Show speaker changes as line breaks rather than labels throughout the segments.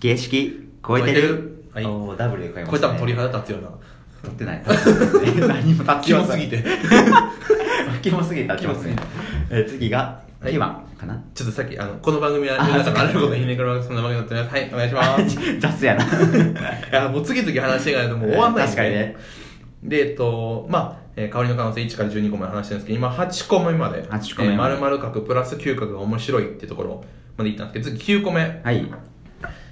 形式超えてる
超えてるはい
おーダブルで超えま
こ
し
れ多
た、
分
ね、
鳥肌立つよな
撮ってない撮って ない何も立
キモすぎ
て
て
キモすぎたキモすぎたえー次が
はい
9番かな
ちょっとさっきあのこの番組は皆さんがあることひねくる番組そんな番組になってますはいお願いします
雑やな
いやもう次々話していかないともう終わんないん
確
で
かにね
でえっとまあ、えー、香りの可能性1から12個まで話してるんですけど今8個目まで
8個目
えー丸々角プラス嗅覚が面白いってところまでいったんですけど次9個目、
はい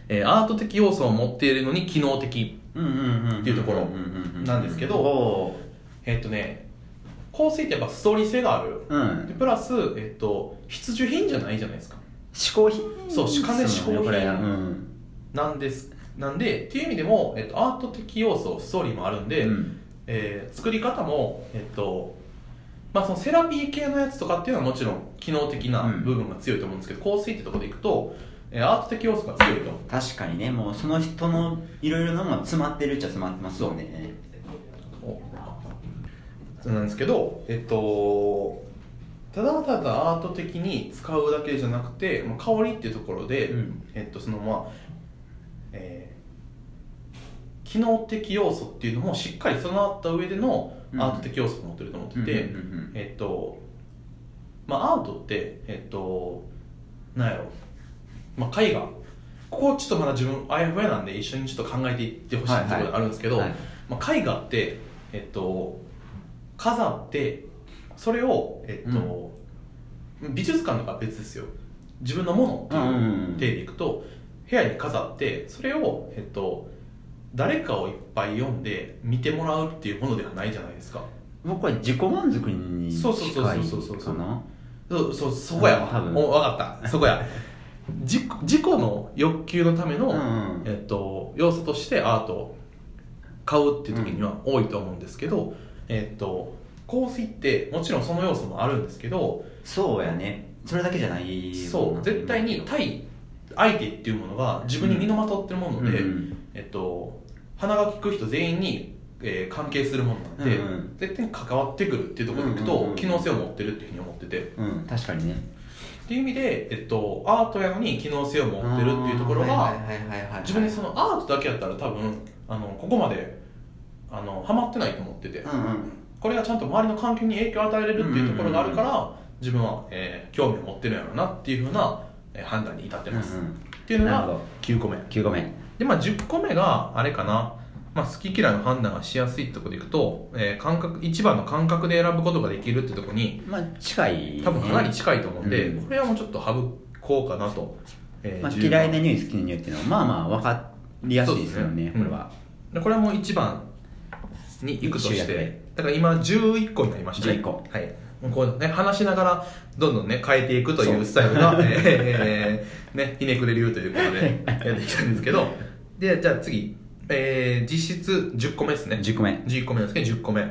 えーアート的要素を持っているのに機能的
うんうんうん
っていうところなんですけど
お
えっとね香水ってやっぱストーリー性がある
ーうん
でプラス、えっと、必需品じゃないじゃないですか
嗜好品
そうしかね
ですよね
嗜好
こ
品
れうん
なんですなんでっていう意味でも、えっと、アート的要素ストーリーもあるんで、
うん
えー作り方も、えっとまあ、そのセラピー系のやつとかっていうのはもちろん機能的な
うん
部分が強いと思うんですけど、香水ってところでいくと、えーアート的要素が強いと
確かにねもうその人のいろいろなものが詰まってるっちゃ詰まってますよね
そうなんですけど、えっと、ただただアート的に使うだけじゃなくて、まあ、香りっていうところで、
うん
えっとそのまあえー機能的要素っていうのもしっかり備わった上での
うん
アート的要素を持ってると思ってて、
うんうんうん
えっとまあアートってえっとなんやろ、まあ、絵画ここちょっとまだ自分あやふやなんで一緒にちょっと考えていってほしいってところがあるんですけど、
はいはい
まあ、絵画って、えっと、飾ってそれを、えっと美術館とかは別ですよ自分のものって
ん
いう手でいくと、部屋に飾ってそれを、えっと、誰かをいっぱい読んで見てもらうっていうものではないじゃないですか
僕は自己満足に近
そう
い
そうそうそうそうそ
か
う
な
そうそうそこやわ
多分
お分かったそ こや自己自己の欲求のための、
うん
えっと、要素としてアートを買うっていう時には多いと思うんですけど、えっと香水ってもちろんその要素もあるんですけど
そうやねそれだけじゃない
そう絶対に対相手っていうものが自分に身のまとってるもので、えっと、鼻が利く人全員に、えー関係するものなんで、
うんうん
絶対に関わってくるっていうところでいくと、
うんうんうん
機能性を持ってるっていうふうに思ってて。
うん、うん、確かにね
っていう意味で、えっと、アートやのに機能性を持ってるっていうところが、
うんはいはいはいはいはい
自分でそのアートだけやったら多分あのここまであのハマってないと思ってて、
うんうん
これがちゃんと周りの環境に影響を与えれるっていうところがあるから、
うん
自分は、えー興味を持ってるんやろうなっていうふうな、えー判断に至ってま
う
す、
んうん
っていうの
なるほ
が
ど
9個目
9個目
で、まあ、10個目があれかな、まあ、好き嫌いの判断がしやすいってところでいくと、えー感覚一番の感覚で選ぶことができるってところに
まあ近い、ね、
多分かなり近いと思うんで、
うん
これはもうちょっと省こうかなと、えー
まあ、
10
嫌いな匂い好きな匂いっていうのはまあまあ分かりやすいですよね
そうですね
これは、
でこれはもう1番に行くとし
集約
て
ね
だから今11個になりましたね
11個
はいもうこうね、話しながらどんどんね変えていくとい
そうう
スタイ ルが、えーね、ひねくれ流ということでやってきたんですけどでじゃあ次、えー実質10個目ですね
10個目
11個目なんですけど10個目、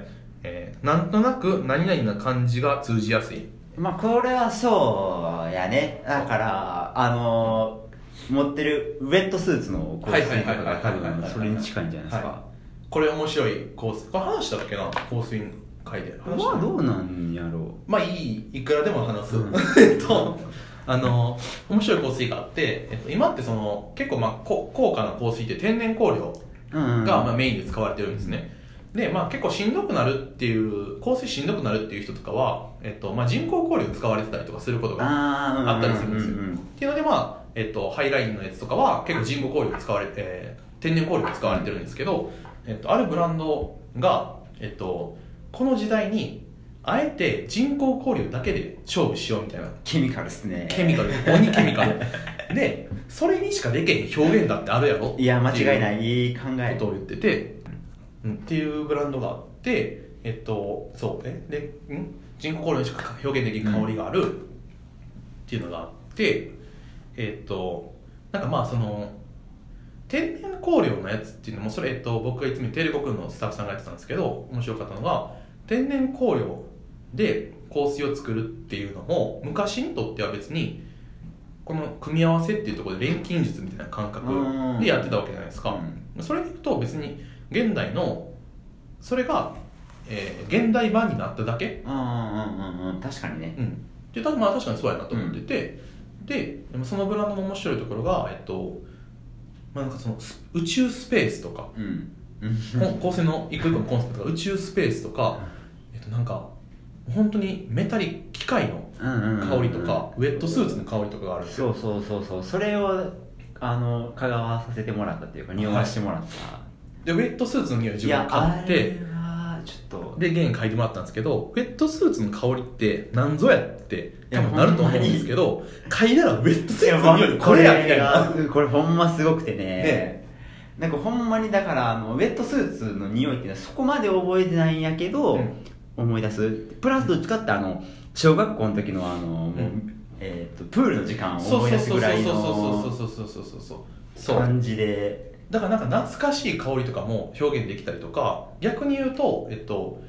えーなんとなく何々な感じが通じやすい
まあこれはそうやねだからあのー持ってるウェットスーツの香水とか
はいはい
が
はい
多
はいはいはい
分それに近いんじゃないですか
はこれ面白い香水これ話したっけな香水会で
ま
話した
あどうなんやろ
まあいいいくらでも話す、
うん
えっとあの面白い香水があって、えっと、今ってその結構まあこ高価な香水って天然香料
う、うんうん、
がまあメインで使われてるんですね、でまあ結構しんどくなるっていう香水しんどくなるっていう人とかは、えっとまあ、人工香料使われてたりとかすることが
あー
あったりするんですよ
ううう
っていうのでまあ、えっと、ハイラインのやつとかは結構人工香料使われて、えー天然香料使われてるんですけど、えっと、あるブランドが、えっと、この時代にあえて人工香料だけで勝負しようみたいな
ケミカルっすね
ケミカル鬼ケミカルでそれにしかできへん表現だってあるやろ
いや間違い
い
ないいい考
こ
え
とを言ってて、うんっていうブランドがあってえっとそうえでん人工香料にしか表現できない香りがあるっていうのがあって、えっとなんかまあその天然香料のやつっていうのもそれ、えっと、僕がいつもテレコ君のスタッフさんがやってたんですけど面白かったのが天然香料で香水を作るっていうのも昔にとっては別にこの組み合わせっていうところで錬金術みたいな感覚でやってたわけじゃないですか、それでいくと別に現代のそれが、えー現代版になっただけ、
うんうんうんうんうん確かにね
うん、でたまあ確かにそうやなと思ってて、ででもそのブランドの面白いところが、えっとまあ、なんかそのス宇宙スペースとか
うん
こん構成の一個一個のコンセプトが宇宙スペースとか、えっと、なんか本当にメタリック機械の香りとか、ウェットスーツの香りとかがあるんですよ
そうそうそうそうそれをあの香川させてもらったっていうか匂わしてもらった、
でウェットスーツの匂いを自
いや
分買っ
あれ
て
はちょっと
で原因嗅いでもらったんですけどウェットスーツの香りって何ぞやって多分なると思うんですけど嗅いだらウェットスーツの匂いこれやみたいな
これほんますごくてね
ね
なんかほんまにだからあのウェットスーツの匂いっていうのはそこまで覚えてないんやけど、
うん
思い出すプラスどっちかってあの小学校の時のあの、もう
うん
えー、とプールの時間を
そう
思い
そ
出
う
す
そうそう
ぐらい
そう
の
そうそうそうそうそうそうそう
感じで
だからなんか懐かしい香りとかも表現できたりとか逆に言うと、えっと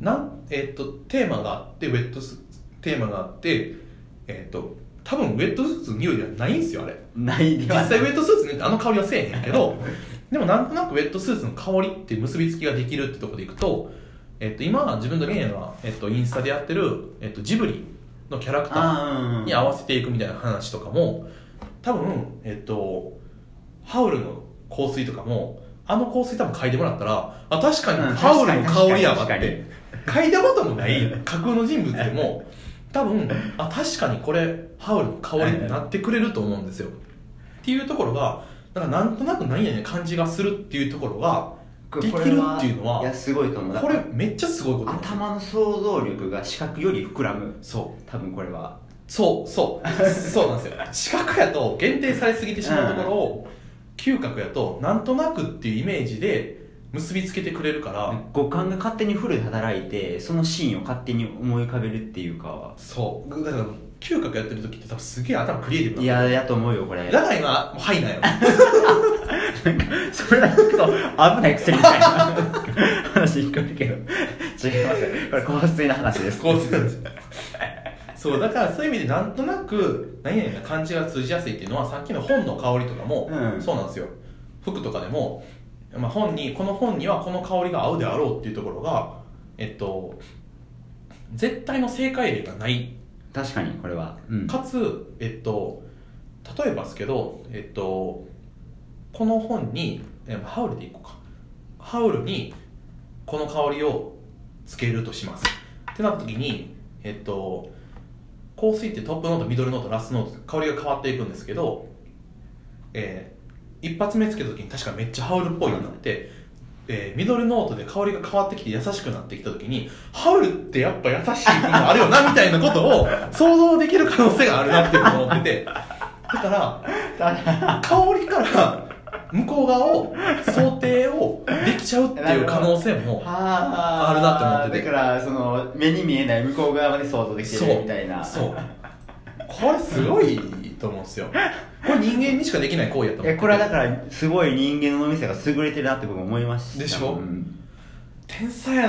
なんえっと、テーマがあってウェットステーマがあって、えっと、多分ウェットスーツの匂いではないんですよあれ
ない
実
では
際ウェットスーツの匂いってあの香りはせえへんけどでもなんとなくウェットスーツの香りって結びつきができるってところでいくと、えっと、今は自分とゲイが、えっと、インスタでやってる、えっと、ジブリのキャラクター
あーうん
に合わせていくみたいな話とかも多分えっとハウルの香水とかもあの香水多分嗅いでもらったらあ確かに
うん
ハウルの香りやわっ
確かに
て嗅いだこともない架空の人物でも多分あ確かにこれハウルの香りになってくれると思うんですよっていうところがなんかなんとなく何やねん感じがするっていうところが
こ
できる
れ
っていうのはい
やすごいと思う
これめっちゃすごいことなんですよ
頭の想像力が視覚より膨らむ
そう
多分これは
そうそうそうなんですよ視覚やと限定されすぎてしまうところを嗅覚やとなんとなくっていうイメージで結びつけてくれるから、
五感が勝手にフルで働いてそのシーンを勝手に思い浮かべるっていうか
そうだから嗅覚やってる時って多分すげえ頭クリエイティブ
い
な
ややと思うよこれ
だから今もう「はい」なんよ
それだけど危ない薬みたいな話聞こえるけど違いますこれ香水の話です
こうするんですよそうだからそういう意味でなんとなく何々な感じが通じやすいっていうのはさっきの本の香りとかも、
うん
そうなんですよ服とかでも、まあ、本にこの本にはこの香りが合うであろうっていうところがえっと絶対の正解例がない
確かにこれはうん
かつえっと例えばですけどえっとこの本にえハウルでいこうかハウルにこの香りをつけるとしますってなった時にえっと香水ってトップノートミドルノートラストノート香りが変わっていくんですけど、えー一発目つけた時に確かめっちゃハウルっぽいなってなって、えーミドルノートで香りが変わってきて優しくなってきた時にハウルってやっぱ優しい部分あるよなみたいなことを想像できる可能性があるなっていうのを思っててだから香りから向こう側を想定をできちゃうっていう可能性も
あ
あるなって思ってて
だからその目に見えない向こう側まで想像できてるみたいな
そうこれすごいと思うんですよこれ人間にしかできない行為やと思
いうやこれはだからすごい人間の脳みそが優れてるなって僕思いました
でしょ
うん
天才や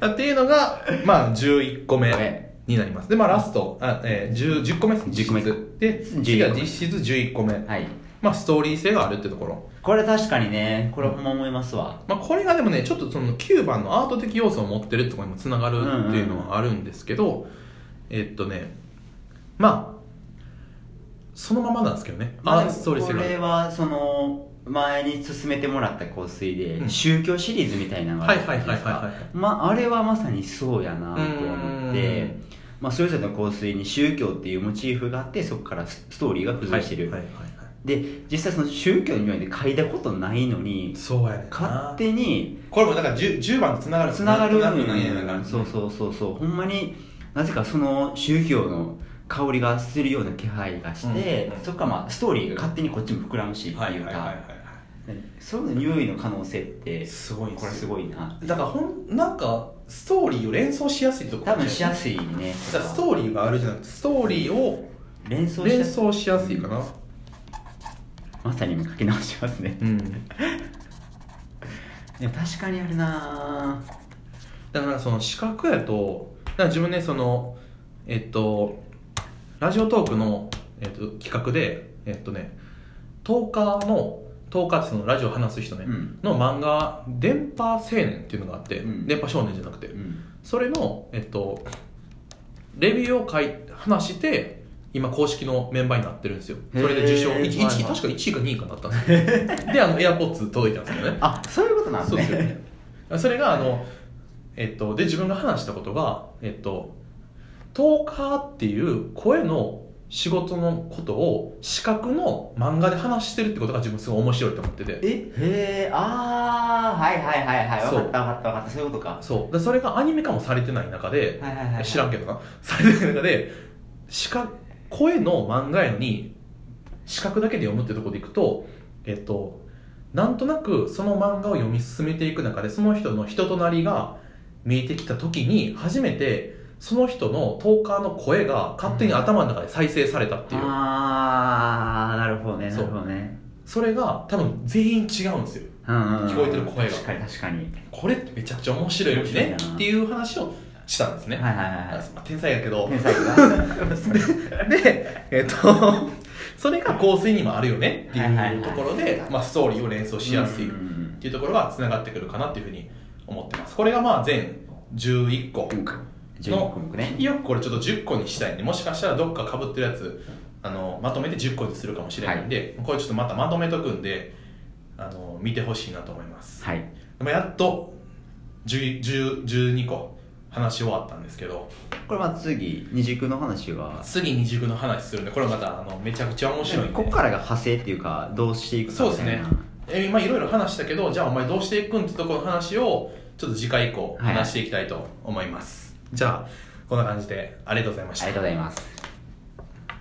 なっていうのがまあ11個目になりますでまあラストあ、えー、10, 10個目ですね
10個目
実質で
11
次が実質11個目
はい
まあストーリー性があるってところ
これ確かにねこれほんま思いますわ
まあ、これがでもねちょっとその9番のアート的要素を持ってるってところにもつながるっていうのはあるんですけど、えっとねまあそのままなんですけどね、アートストーリー性
こ
があ
れ
る
はその前に進めてもらった香水で、
うん
宗教シリーズみたいなのがあ
はい
るじ
は
ゃ
い
なで
はいいはい
すか
は
まああれはまさにそうやなと思っ
う
て
ん
まあ、それぞれの香水に宗教っていうモチーフがあってそこからスストーリーが付
い
随してる、
はいはいはい
で実際その宗教の匂いで嗅いだことないのに
そうやねんな
勝手に
これもだから 10, 10番とつながる
つながる
んとなくねなんか
そうそうそうそうほんまになぜかその宗教の香りがするような気配がして、
うんうん
そっからまあストーリーが勝手にこっちも膨らむしっていうか、
はいはいはいは
そういうの匂いの可能性って
いすごいんで
これ
す
す
よ
ごいな
だからほんなんかストーリーを連想しやすいとこ
多分しや
い
すいね
だからストーリーがあるじゃなくてストーリーを
連想し
連
やすい
想しやすいかな
まさに今書き直します ね
うん
でも確かにあるな
だからその視覚やとだから自分ねそのえっとラジオトークの、えっと、企画でえっとね10日の10日ってそのラジオ話す人ね、
うん
の漫画「電波青年」っていうのがあって、
うん
電波少年じゃなくて
うん
それのえっとレビューを書い話して今公式のメンバーになってるんですよそれで
へー
受賞一一位
はいはい
確か1位か2位かなったんです よであの AirPods 届いたんですけどね
あそういうことなん
そ
で
う
ね
ですよねそれがあのえっとで自分が話したことがえっとトーカーっていう声の仕事のことを視覚の漫画で話してるってことが自分すごい面白いと思ってて
えへえああはいはいはいはいわ
そう
かったわかったわかったそういうことか
そうでそれがアニメ化もされてない中で、
はいはいはいはい
知らんけどなされてない中で視覚声の漫画やのに視覚だけで読むってところでいくとえっとなんとなくその漫画を読み進めていく中でその人の人となりが見えてきた時に初めてその人のトーカーの声が勝手に頭の中で再生されたっていう、
ああなるほどねなるほどね
それが多分全員違うんですよ聞
聞
こえてる声が
確かに確かに
これってめちゃくちゃ面白いよ
面白い
ね
な
っていう話をしたんですね、
はいはいはいはい
まあ天才やけど
天才 が
で、えっと、それが構成にもあるよねって
はいはい
い
は
う
い
ところで、まあ、ストーリーを連想しやすいっ
うん
ていうところがつながってくるかなっていうふうに思ってます。これがまあ全11個。
12項目ね
よくこれちょっと10個にしたいんで、もしかしたらどっか被ってるやつ、あのまとめて10個にするかもしれないんで、これちょっとまたまとめとくんで、あの見てほしいなと思います。
はい
まあ、やっと10 10 12個話し終わったんですけど、
これまあ次二軸の話は
次に軸の話するんで、これまたあのめちゃくちゃ面白いんで。
ここからが派生っていうかどうしていくか
そう
み
です
たいな
ねえーまあいろいろ話したけどじゃあお前どうしていくんってところの話をちょっと次回以降
はい
話していきたいと思います、じゃあこんな感じでありがとうございまし
あ
た
りがとうございます